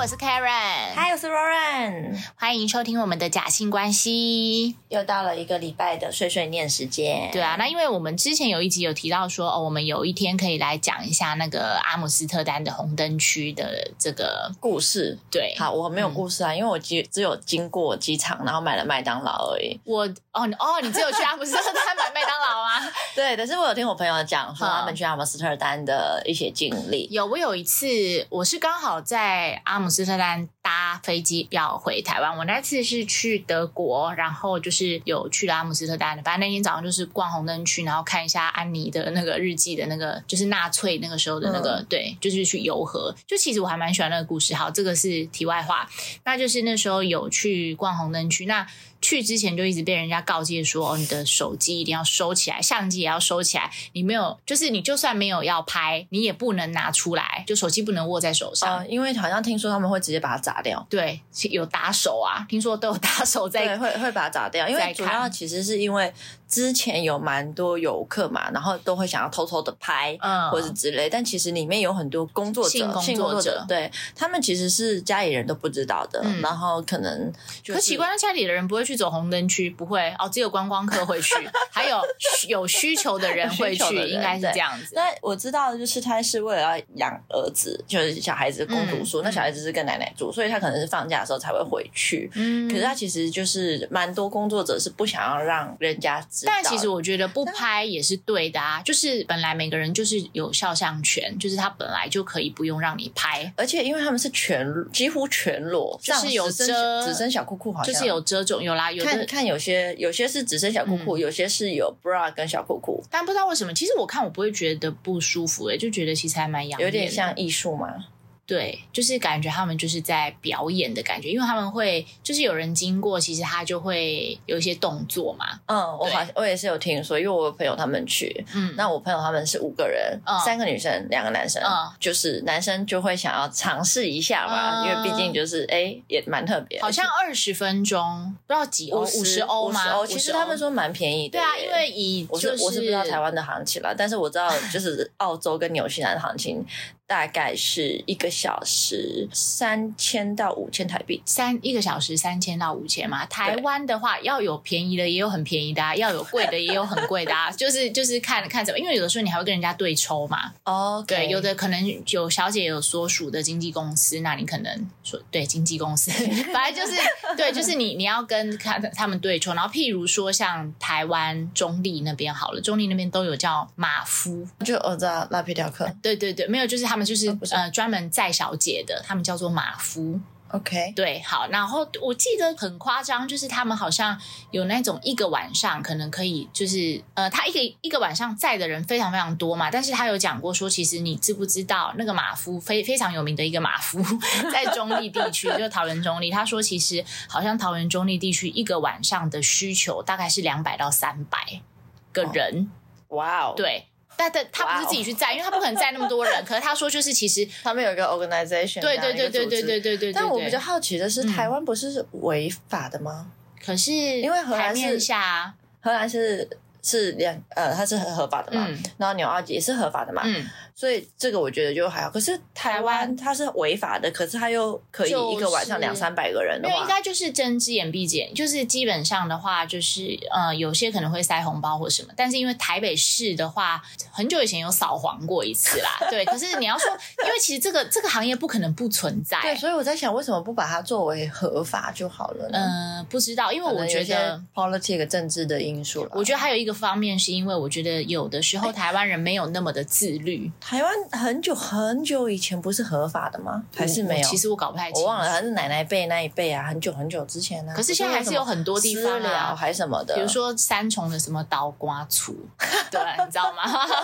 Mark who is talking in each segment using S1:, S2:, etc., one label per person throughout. S1: 我是 Karen，
S2: 嗨，我是 Roran，
S1: 欢迎收听我们的假性关系。
S2: 又到了一个礼拜的碎碎念时间。
S1: 对啊，那因为我们之前有一集有提到说，哦，我们有一天可以来讲一下那个阿姆斯特丹的红灯区的这个
S2: 故事，
S1: 对。嗯
S2: 好，我没有故事啊，因为我只只有经过机场，然后买了麦当劳而已。
S1: 我哦你哦，你只有去阿姆斯特丹买麦当劳吗？
S2: 对，但是我有听我朋友讲说
S1: 嗯
S2: 他们去阿姆斯特丹的一些经历。
S1: 有，我有一次我是刚好在阿姆斯特丹搭飞机要回台湾，我那次是去德国，然后就是有去了阿姆斯特丹，反正那天早上就是逛红灯区，然后看一下安妮的那个日记的那个，就是纳粹那个时候的那个，对，就是去游河。就其实我还蛮喜欢那个故事。好，这个是题外话，那就是那时候有去逛红灯区，那。去之前就一直被人家告诫说，哦，你的手机一定要收起来，相机也要收起来。你没有，就是你就算没有要拍，你也不能拿出来，就手机不能握在手上。
S2: 啊、因为好像听说他们会直接把它砸掉，
S1: 对，有打手啊，听说都有打手
S2: 对，
S1: 在。
S2: 会会把它砸掉，因
S1: 再
S2: 为主要
S1: 看
S2: 其实是因为之前有蛮多游客嘛，然后都会想要偷偷的拍，
S1: 嗯，
S2: 或者之类，但其实里面有很多工作者、
S1: 性工
S2: 作
S1: 作者
S2: 对他们其实是家里人都不知道的，
S1: 嗯
S2: 然后可能就
S1: 可
S2: 是
S1: 奇怪，，那家里的人不会去走红灯区，不会哦，只有观光客会去，还有有需求的人会
S2: 有需求
S1: 去，
S2: 的人
S1: 应该 是这样子。
S2: 那我知道的就是他是为了要养儿子，就是小孩子供读书，
S1: 嗯
S2: 那小孩子是跟奶奶住，所以他可能是放假的时候才会回去。
S1: 嗯，
S2: 可是他其实就是蛮多工作者是不想要让人家知道，
S1: 但其实我觉得不拍也是对的啊，就是本来每个人就是有肖像权，就是他本来就可以不用让你拍，
S2: 而且因为他们是全几乎全裸，
S1: 就是
S2: 上
S1: 有
S2: 只剩
S1: 遮
S2: 只剩小裤裤，好像
S1: 就是有遮种有啦，有
S2: 看
S1: 的。嗯
S2: 看有些有些是只剩小裤裤，有些是有 bra 跟小裤裤，
S1: 但不知道为什么，其实我看我不会觉得不舒服、欸，就觉得其实还蛮养眼的，
S2: 有点像艺术嘛。
S1: 对，就是感觉他们就是在表演的感觉，因为他们会就是有人经过，其实他就会有一些动作嘛，
S2: 嗯，我
S1: 对
S2: 好像我也是有听说，因为我有朋友他们去，
S1: 嗯，
S2: 那我朋友他们是五个人，
S1: 嗯
S2: 三个女生，两个男生，
S1: 嗯
S2: 就是男生就会想要尝试一下嘛，
S1: 嗯
S2: 因为毕竟就是哎、也蛮特别，
S1: 好像二十分钟不知道几欧，
S2: 五
S1: 五
S2: 十
S1: 十欧吗？
S2: 欧，其实
S1: 50欧
S2: 他们说蛮便宜的
S1: 对
S2: 耶，
S1: 啊，因为以
S2: 我、
S1: 就是
S2: 我是不知道台湾的行情啦，但是我 知道就是澳洲跟纽西兰的行情大概是一个小时三千到五千台币。
S1: 三一个小时三千到五千嘛。台
S2: 对
S1: 湾的话，要有便宜的也有很便宜的、啊，要有贵的也有很贵的、啊， 就是就是看看怎么，因为有的时候你还会跟人家对抽嘛。
S2: 哦，
S1: 对，有的可能有小姐有所属的经纪公司，那你可能说对经纪公 司，反正就是对，就是你你要跟看他们对抽，然后譬如说像台湾中立那边好了，中立那边都有叫马夫，
S2: 就我知道拉皮条客
S1: 对对对，没有就是他们就是,、
S2: 哦不是
S1: 呃专门载小姐的，他们叫做马夫，
S2: ，OK，
S1: 对，好，然后我记得很夸张，就是他们好像有那种一个晚上可能可以，就是呃，他一个一个晚上载的人非常非常多嘛，但是他有讲过说，其实你知不知道那个马夫非非常有名的一个马夫，在中立地区，就是桃园中立，他说其实好像桃园中立地区一个晚上的需求大概是两百到三百个
S2: 哦
S1: 人。
S2: 哇哦，，
S1: 对，但但他不是自己去载，因为他不可能载那么多人。可是他说就是其 实，
S2: 他们有一个 organization，
S1: 对
S2: 这样
S1: 对
S2: 一个
S1: 对对
S2: 组
S1: 对
S2: 织
S1: 对对对。
S2: 但我
S1: 对
S2: 比较好奇的是，
S1: 嗯
S2: 台湾不是违法的吗？
S1: 可是
S2: 因为荷兰
S1: 台面
S2: 是
S1: 下，
S2: 荷兰是是两呃，它是合法的嘛，
S1: 嗯
S2: 然后纽澳也是合法的嘛，
S1: 嗯，
S2: 所以这个我觉得就还好。可是台
S1: 台湾
S2: 湾它是违法的，可是它又可以
S1: 就是
S2: 一个晚上两三百个人的
S1: 没有，应
S2: 话，
S1: 该就是睁只眼闭只眼，就是基本上的话，就是呃，有些可能会塞红包或什么，但是因为台北市的话，很久以前有扫黄过一次啦，对。可是你要说，因为其实这个这个行业不可能不存在，
S2: 对，所以我在想，为什么不把它作为合法就好了呢？
S1: 呃，不知道，因为
S2: 可
S1: 我
S2: 能
S1: 觉
S2: 有些
S1: 得。
S2: politic 政治的因素了。
S1: 我觉得还有一个方面，是因为我觉得有的时
S2: 哎
S1: 候台湾人没有那么的自律，
S2: 台湾很久很久以前不是合法的吗？还是没有？
S1: 其实我搞不太清，
S2: 我忘了，。还是奶奶辈那一辈啊，很久很久之前呢、啊。
S1: 嗯可是现在还是有很多地
S2: 私
S1: 方啊
S2: 聊，还什么的，
S1: 比如说三重的什么刀刮醋， 对，你知道吗？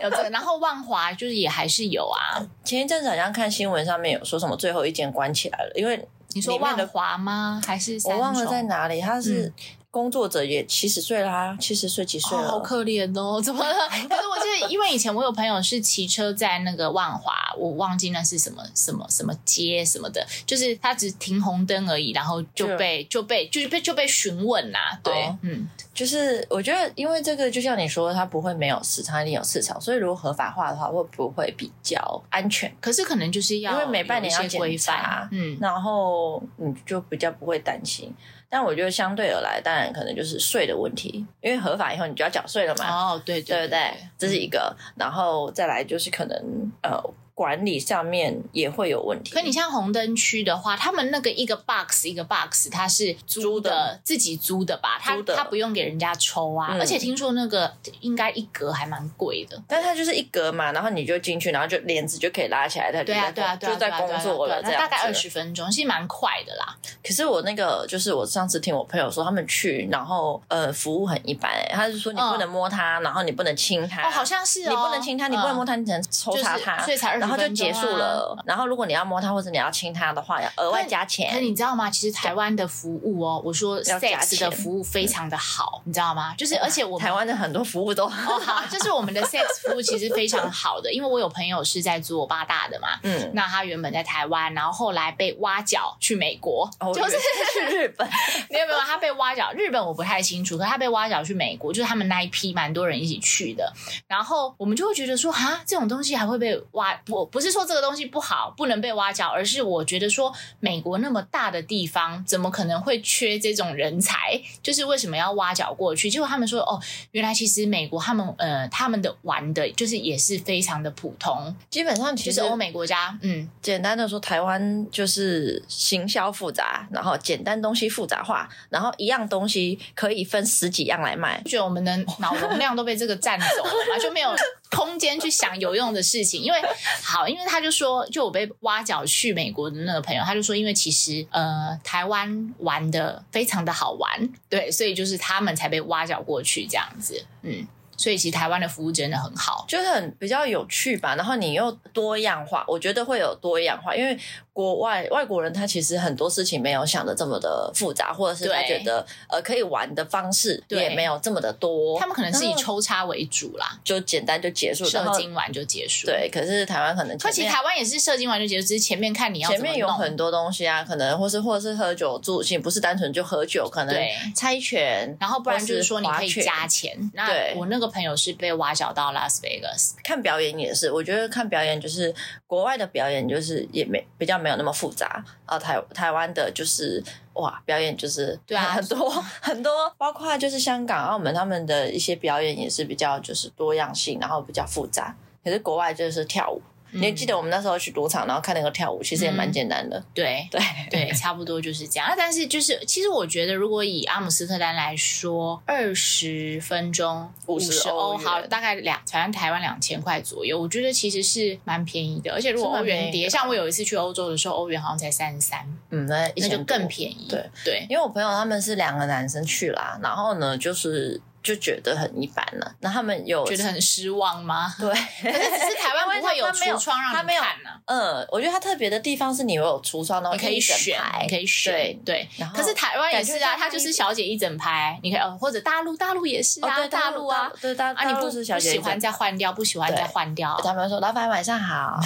S1: 有这个，然后万华就是也还是有啊。
S2: 前一阵子好像看新闻上面有说什么最后一间关起来了，因为
S1: 你说
S2: 里面
S1: 万
S2: 的
S1: 华吗？还是三
S2: 我
S1: 重嗯
S2: 忘了在哪里，它是、工作者也七十岁啦，七十岁几岁
S1: 哦，
S2: 了，
S1: 好可怜哦， 怎么 了？可是我记得，因为以前我有朋友是骑车在那个万华，我忘记那是什么什么什么街什么的，就是他只停红灯而已，然后就被就被就是被就被询问啦、对，
S2: 哦
S1: 嗯，
S2: 就是我觉得，因为这个就像你说，它不会没有市场，它一定有市场，所以如果合法化的话，会不会比较安全？
S1: 可是可能就是要
S2: 因为每半年要
S1: 有一些规
S2: 检查
S1: 范，嗯，
S2: 然后你就比较不会担心。但我觉得相对而来，当然可能就是税的问题，因为合法以后你就要缴税了嘛。
S1: 哦，对
S2: 对
S1: 对
S2: 不对？这是一个，然后再来就是可能呃管理上面也会有问题。
S1: 可你像红灯区的话，他们那个一个 box 一个 box，它是租
S2: 租
S1: 的，
S2: 的
S1: 自己租的吧？他
S2: 租的
S1: 他不用给人家抽啊，
S2: 嗯
S1: 而且听说那个应该一格还蛮贵的。
S2: 但它就是一格嘛，然后你就进去，然后就帘子就可以拉起来，它
S1: 对啊，
S2: 就
S1: 对
S2: 在
S1: 啊，对啊，
S2: 就在
S1: 对啊
S2: 工
S1: 对啊
S2: 作
S1: 对
S2: 了
S1: 啊
S2: 这
S1: 那
S2: 样。
S1: 大概二。十分钟，其实蛮快的啦。
S2: 可是我那个就是我上次听我朋友说，他们去，然后呃服务很一般、欸，他是说你
S1: 嗯
S2: 不能摸它，然后你不能亲它，
S1: 哦，好像是哦，
S2: 哎你不能亲它，你不能摸
S1: 嗯，
S2: 它，你只能抽
S1: 就是
S2: 查它。
S1: 所以才二十
S2: 然
S1: 分
S2: 后
S1: 钟
S2: 就
S1: 啊
S2: 结束。了。然后如果你要摸它或者你要亲它的话，要额外加钱
S1: 可。你知道吗？其实台湾的服务哦，我说
S2: 要加
S1: sex 的
S2: 钱
S1: 服务非常的好，你知道吗？就是而且我们
S2: 台湾的很多服务都
S1: 哦，好，就是我们的 sex 服务其实非常好的，因为我有朋友是在做八大的嘛，
S2: 嗯，
S1: 那他原本在台湾，然后后来被挖角去美国，
S2: 哦
S1: 就是
S2: 去日本，
S1: 没有没有，他被挖角日本我不太清楚，可他被挖角去美国，就是他们那一批蛮多人一起去的。然后我们就会觉得说，哈，这种东西还会被挖？不，不是说这个东西不好，不能被挖角，而是我觉得说，美国那么大的地方，怎么可能会缺这种人才？就是为什么要挖角过去？结果他们说，哦，原来其实美国他们呃他们的玩的，就是也是非常的普通，
S2: 基本上
S1: 就
S2: 其
S1: 是
S2: 实
S1: 欧美国家，嗯，
S2: 简单的说，台湾就是行销复杂，然后简单东西复杂化，然后一样东西可以分十几样来卖。
S1: 觉得我们的脑容量都被这个占走了嘛，就没有空间去想有用的事情。因为好，因为他就说，就我被挖角去美国的那个朋友，他就说，因为其实呃，台湾玩的非常的好玩，对，所以就是他们才被挖角过去这样子，嗯，所以其实台湾的服务真的很好。
S2: 就是很比较有趣吧，然后你又多样化，我觉得会有多样化，因为国外外国人他其实很多事情没有想的这么的复杂，或者是他
S1: 对
S2: 觉得呃可以玩的方式
S1: 对
S2: 也没有这么的多，
S1: 他们可能是以
S2: 然后
S1: 抽插为主啦，
S2: 就简单就结束，嗯
S1: 射
S2: 然后
S1: 精完就结束。，
S2: 对，可是台湾可能
S1: 可
S2: 前
S1: 其实
S2: 面
S1: 台湾也是射精完就结束，只是前面看你要
S2: 前
S1: 怎么
S2: 面有
S1: 弄。
S2: 很多东西啊，可能或是或是喝酒助兴，不是单纯就喝酒，可能
S1: 对
S2: 猜拳，
S1: 然后不然就是说你可以
S2: 或是划
S1: 加
S2: 拳
S1: 钱。那
S2: 对
S1: 我那个朋友是被挖角到拉斯维加斯，
S2: 看表演也是，我觉得看表演就是国外的表演就是也没比较没有那么复杂啊，台台湾的就是哇表演就是
S1: 对啊
S2: 很 多很多，包括就是香港、澳门他们的一些表演也是比较就是多样性，然后比较复杂。可是国外就是跳舞，你还记
S1: 嗯
S2: 得我们那时候去赌场，然后看那个跳舞，其实也蛮简单的，
S1: 对
S2: 对。
S1: 对，差不多就是这样。啊但是就是，其实我觉得，如果以阿姆斯特丹来说，二十分钟
S2: 50
S1: 欧，
S2: 欧元
S1: 好，大概两，反正台湾两千块左右，我觉得其实是蛮便宜的。而且如果
S2: 是
S1: 欧
S2: 蛮便宜的
S1: 元跌，像我有一次去欧洲的时候，欧元好像才三十三，
S2: 嗯，那一
S1: 那就
S2: 千多
S1: 更便宜。
S2: 对
S1: 对，
S2: 因为我朋友他们是两个男生去啦，然后呢，就是就觉得很一般了。那他们有
S1: 觉得很失望 吗？
S2: 对，
S1: 可是只是台湾不会
S2: 因为他没有
S1: 橱窗让
S2: 他
S1: 你
S2: 没有
S1: 看呢，
S2: 嗯，我觉得它特别的地方是你有橱窗，然后
S1: 你可以
S2: 一整
S1: 选，
S2: 排
S1: 你可以选
S2: 对，
S1: 对。
S2: 然后
S1: 可是台湾也
S2: 感觉
S1: 是啊，
S2: 像
S1: 它就是小姐一整排，你可以哦，或者大陆，大陆也是
S2: 哦
S1: 啊，
S2: 对
S1: 大陆啊，，
S2: 对大
S1: 啊，你
S2: 大
S1: 不
S2: 陆是小
S1: 不
S2: 姐
S1: 喜欢再换掉，不喜欢再
S2: 对
S1: 换掉，
S2: 他们说老板晚上好，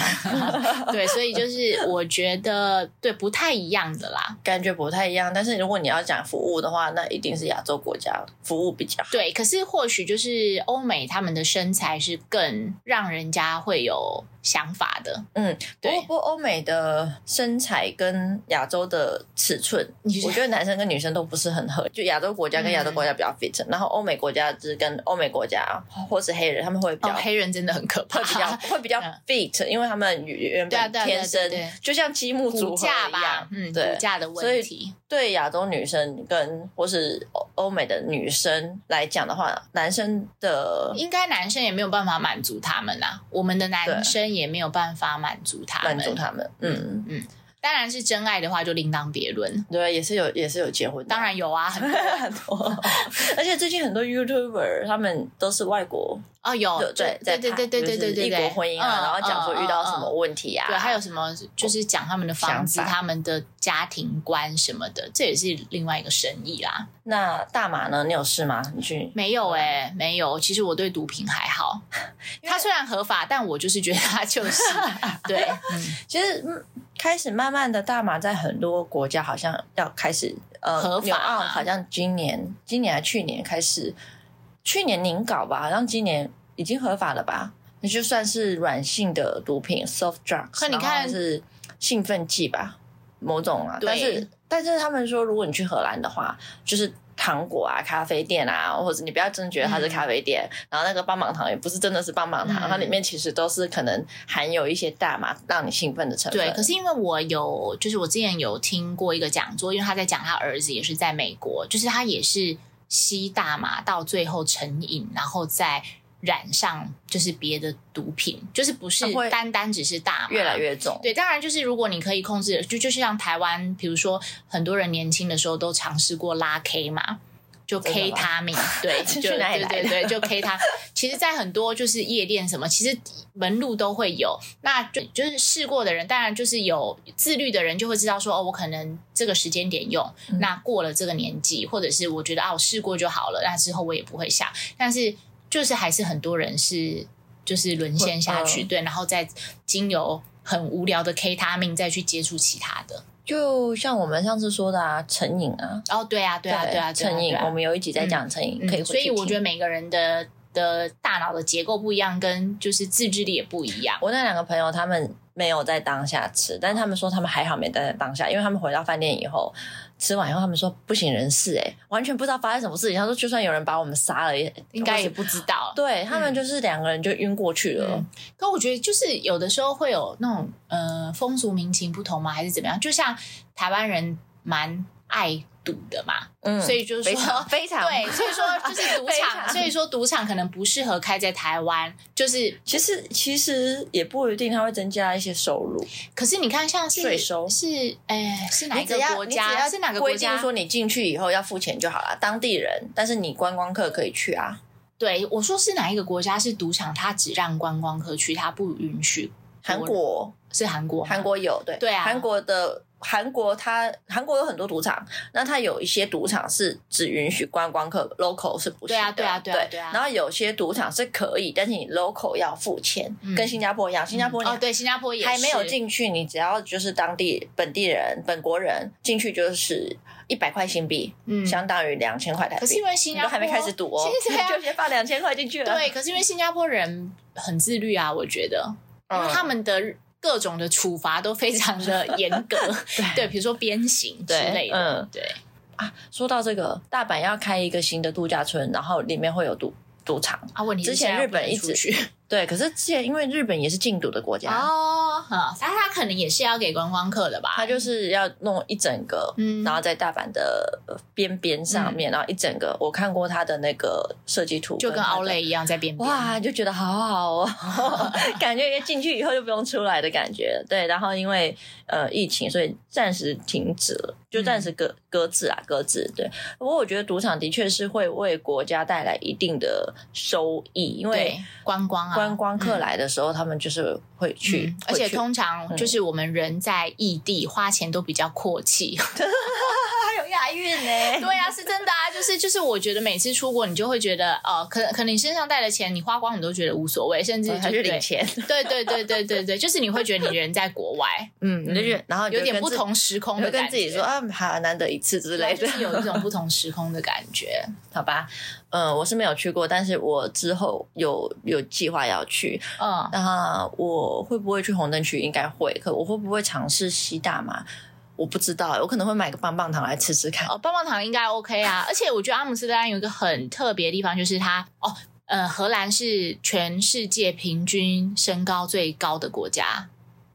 S1: 对，所以就是我觉得对不太一样的啦，
S2: 感觉不太一样。但是如果你要讲服务的话，那一定是亚洲国家服务比较好。
S1: 对。可是或许就是欧美他们的身材是更让人家会有想法的，
S2: 嗯，不
S1: 对
S2: 过不过欧美的身材跟亚洲的尺寸
S1: 你觉，得
S2: 我觉得男生跟女生都不是很合。就亚洲国家跟亚洲国家比较 fit，、然后
S1: 嗯
S2: 欧美国家就是跟欧美国家或是黑人他们会比较
S1: 哦，黑人真的很可怕
S2: 会，比较会比较
S1: 嗯
S2: fit，因为他们原
S1: 对啊
S2: 本
S1: 对啊
S2: 天生
S1: 对啊对啊
S2: 就像积木组
S1: 骨
S2: 合
S1: 架
S2: 一
S1: 吧
S2: 样，，
S1: 嗯，骨
S2: 对。
S1: 架的
S2: 所
S1: 问
S2: 以
S1: 题，
S2: 对亚洲女生跟或是欧欧美的女生来讲的话，男生的
S1: 应该男生也没有办法啊满足他们啦，我们的男生也没有办法满足他们，
S2: 满足他们，嗯
S1: 嗯
S2: 嗯。
S1: 当然是真爱的话就另当别论。
S2: 对，啊也是有也是有结婚的，
S1: 当然有 啊，很
S2: 很多，而且最近很多 YouTuber 他们都是外国，
S1: 哦有
S2: 就对
S1: 对对
S2: 在
S1: 对对对对
S2: 就是
S1: 对
S2: 异
S1: 对，
S2: 国婚姻啊，
S1: 嗯
S2: 然后讲说遇到什么。
S1: 嗯嗯嗯
S2: 问题啊，
S1: 对，还有什么就是讲他们的房子、
S2: 想法
S1: 他们的家庭观什么的，这也是另外一个生意啦。
S2: 那大麻呢？你有试吗？你去
S1: 没有哎、没有。其实我对毒品还好，
S2: 啊 因为
S1: 它虽然合法，但我就是觉得它就是 对，嗯，
S2: 其实嗯开始慢慢的大麻在很多国家好像要开始呃
S1: 合法
S2: 纽澳
S1: 嘛
S2: 好像今年今年还去年开始，去年宁搞吧，好像今年已经合法了吧？那就算是软性的毒品 （soft drugs），
S1: 可你
S2: 然后
S1: 看
S2: 是兴奋剂吧，某种啊。
S1: 对
S2: 但是但是他们说，如果你去荷兰的话，就是。糖果啊，咖啡店啊，或者你不要真觉得它是咖啡店，然后那个棒棒糖也不是真的是棒棒
S1: 嗯
S2: 糖，它里面其实都是可能含有一些大麻让你兴奋的成分。
S1: 对，可是因为我有，就是我之前有听过一个讲座，因为他在讲他儿子也是在美国，就是他也是吸大麻到最后成瘾，然后再染上就是别的毒品，就是不是
S2: 它会
S1: 单单只是大麻，
S2: 越来越重。
S1: 对，当然就是如果你可以控制，就就是像台湾，比如说很多人年轻的时候都尝试过拉 K 嘛。就
S2: 真的吗
S1: K 他命， 对，
S2: 这
S1: 就
S2: 去
S1: 对
S2: 哪里来
S1: 对
S2: 的
S1: 对，就 K 他。其实，在很多就是夜店什么，其实门路都会有。那就就是试过的人，当然就是有自律的人就会知道说，哦，我可能这个时间点用，
S2: 嗯
S1: 那过了这个年纪，或者是我觉得啊，我试过就好了，那之后我也不会下。但是就是还是很多人是就是沦陷下去，
S2: 会嗯
S1: 对，然后再经由很无聊的 K 他命再去接触其他的。
S2: 就像我们上次说的啊，成瘾啊，
S1: 哦，对啊，对啊，对啊，对啊
S2: 成瘾
S1: 对。啊
S2: 我们有一集在讲成瘾，可以
S1: 嗯，
S2: 回去
S1: 所以我觉
S2: 听
S1: 得每个人的的大脑的结构不一样，跟就是自制力也不一样。
S2: 我那两个朋友他们没有在当下吃，但是他们说他们还好没在当下，因为他们回到饭店以后吃完以后，他们说不省人事、欸，完全不知道发生什么事情。他说就算有人把我们杀了，也
S1: 应该也不知道，
S2: 对他们就是两个人就晕过去了。
S1: 嗯可我觉得就是有的时候会有那种呃风俗民情不同吗？还是怎么样？就像台湾人蛮爱赌的嘛，
S2: 嗯，
S1: 所以就是
S2: 非
S1: 说
S2: 常。非常
S1: 对，所以说 就是赌
S2: 非
S1: 场，
S2: 常
S1: 所以说赌场可能不适合开在台湾，就是
S2: 其实其实也不一定，它会增加一些收入。
S1: 可是你看像是
S2: 税收
S1: 是哎是哪
S2: 你
S1: 一个
S2: 只要
S1: 国
S2: 你只
S1: 家
S2: 要
S1: 是哪个国
S2: 规定
S1: 家？
S2: 说你进去以后要付钱就好了，当地人，但是你观光客可以去啊。
S1: 对，我说是哪一个国家是赌场，它只让观光客去，它不允许
S2: 韩国，
S1: 是韩国吗
S2: 韩国有对
S1: 对啊
S2: 韩国的韩国它韩国有很多赌场，那它有一些赌场是只允许观光客 local 是不
S1: 对
S2: 行的
S1: 啊对啊对啊对啊
S2: 然后有些赌场是可以，但是你 local 要付钱，
S1: 嗯
S2: 跟新加坡一样，新加坡你
S1: 哦对，新加坡也是
S2: 还没有进去，你只要就是当地本地人、本国人进去就是一百块新币，
S1: 嗯，
S2: 相当于两千块台币。
S1: 可是因为新
S2: 你
S1: 加
S2: 都
S1: 坡
S2: 还没开始赌哦，
S1: 其实啊
S2: 你就先放两千块进去了。
S1: 对，可是因为新加坡人很自律啊，我觉得，因
S2: 嗯，
S1: 为他们的各种的处罚都非常的严 格，对，比如说鞭刑之类
S2: 对，
S1: 的，
S2: 嗯
S1: 对，
S2: 啊，说到这个，大阪要开一个新的度假村，然后里面会有赌赌场。
S1: 啊，问题是
S2: 之前
S1: 现在
S2: 日本一直
S1: 不能出 去
S2: 对，可是之前因为日本也是禁赌的国家，
S1: 哦，啊，他他可能也是要给观光客的吧，
S2: 它就是要弄一整个，
S1: 嗯
S2: 然后在大阪的呃边边上面，然后一整个，我看过它的那个设计图，
S1: 就跟
S2: 它的
S1: 奥。莱一样在边边，
S2: 哇，就觉得好好哦， 感觉进去以后就不用出来的感觉。对，然后因为呃疫情，所以暂时停止了，就暂
S1: 嗯
S2: 时搁、搁置啊，搁置。对，不过我觉得赌场的确是会为国家带来一定的收益，因为
S1: 对，观光啊，
S2: 观光客来的时候，他们就是会去，
S1: 嗯而且
S2: 会去
S1: 通常就是我们人在异地花钱都比较阔 气。
S2: 还有押韵呢、
S1: 对啊，是真的啊，就是就是，我觉得每次出国，你就会觉得，呃，可可能你身上带的钱，你花光你都觉得无所谓，甚至
S2: 对，
S1: 就
S2: 哦还去领
S1: 对
S2: 钱，
S1: 对对对对对对，就是你会觉得你人在国外，
S2: 嗯，你就觉得然后你就
S1: 有点
S2: 跟
S1: 不
S2: 自，
S1: 同时空
S2: 你
S1: 的
S2: 就跟
S1: 感
S2: 自己
S1: 觉
S2: 说，啊，好难得一次之
S1: 对，啊
S2: 类
S1: 就
S2: 的，
S1: 是有一种不同时空的感觉。
S2: 好吧？嗯，我是没有去过，但是我之后有有计划要去。
S1: 嗯，
S2: 那我会不会去红灯区？应该会，可我会不会尝试吸大麻？我不知道，欸我可能会买个棒棒糖来吃吃看。
S1: 哦，棒棒糖应该 OK 啊，而且我觉得阿姆斯特丹有一个很特别的地方，就是它哦。呃，荷兰是全世界平均身高最高的国家，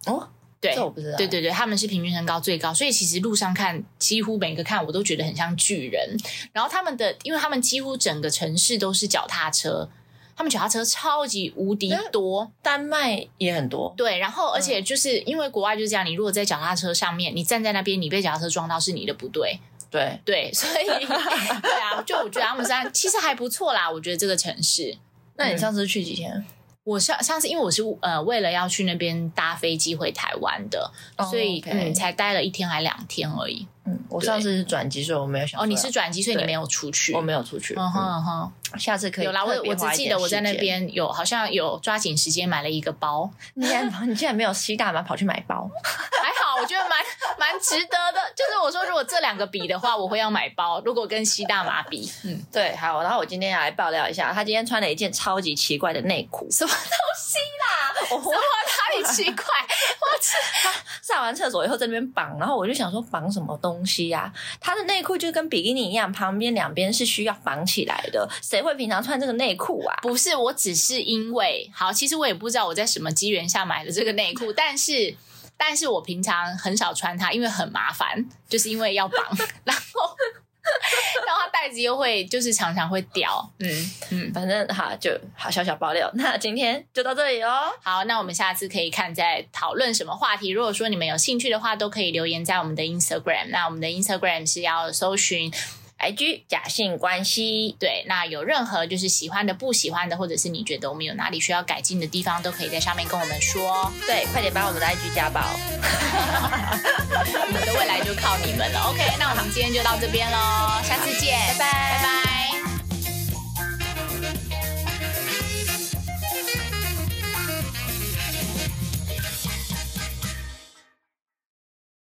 S2: 哦，
S1: 对，
S2: 这我不知道。
S1: 对对对，他们是平均身高最高，所以其实路上看，几乎每个看我都觉得很像巨人。然后他们的，因为他们几乎整个城市都是脚踏车，他们脚踏车超级无敌
S2: 嗯
S1: 多。
S2: 丹麦也很多，
S1: 对，然后而且
S2: 嗯
S1: 就是因为国外就是这样，你如果在脚踏车上面，你站在那边，你被脚踏车撞到是你的不对，
S2: 对，
S1: 对，所以 对啊，就我觉得阿姆斯特丹其实还不错啦，我觉得这个城市。
S2: 那你
S1: 嗯
S2: 上次去几天？
S1: 我上上次因为我是呃为了要去那边搭飞机回台湾的，
S2: 哦
S1: 所以
S2: OK
S1: 嗯才待了一天还两天而已。
S2: 嗯，我上次是转机，所以我没有想出来。
S1: 哦，你是转机，所以你
S2: 对
S1: 没有出去。
S2: 我没有出去。
S1: 嗯哼
S2: 嗯，
S1: 嗯哼，
S2: 下次可以
S1: 有啦，我
S2: 特别
S1: 我只
S2: 花一
S1: 记
S2: 点
S1: 得我在那
S2: 时间。
S1: 边有好像有抓紧时间买了一个包，
S2: 你竟然你竟然没有吸大麻跑去买包？
S1: 还好，我觉得蛮蛮值得的。就是我说，如果这两个比的话，我会要买包。如果跟吸大麻比，嗯，
S2: 对，好，然后我今天要来爆料一下，他今天穿了一件超级奇怪的内裤。
S1: 什么东西啦？
S2: 我
S1: 什么哪里奇怪？
S2: 上完厕所以后在那边绑，然后我就想说绑什么东西呀、他的内裤就跟比基尼一样，旁边两边是需要绑起来的，谁会平常穿这个内裤啊？
S1: 不是，我只是因为好，其实我也不知道我在什么机缘下买的这个内裤，但是。但是我平常很少穿它，因为很麻烦，就是因为要绑， 然后，然后它带子又会，就是常常会掉。嗯嗯，
S2: 反正哈，就好小小爆料。那今天就到这里哦。
S1: 好，那我们下次可以看在讨论什么话题。如果说你们有兴趣的话，都可以留言在我们的 Instagram。那我们的 Instagram 是要搜寻
S2: IG 假性关系，
S1: 对，那有任何就是喜欢的、不喜欢的，或者是你觉得我们有哪里需要改进的地方，都可以在上面跟我们说。哦
S2: 对，快点把我们的 IG 加爆。
S1: 我们的未来就靠你们了。OK，那我们今天就到这边喽，下次见，拜拜拜拜。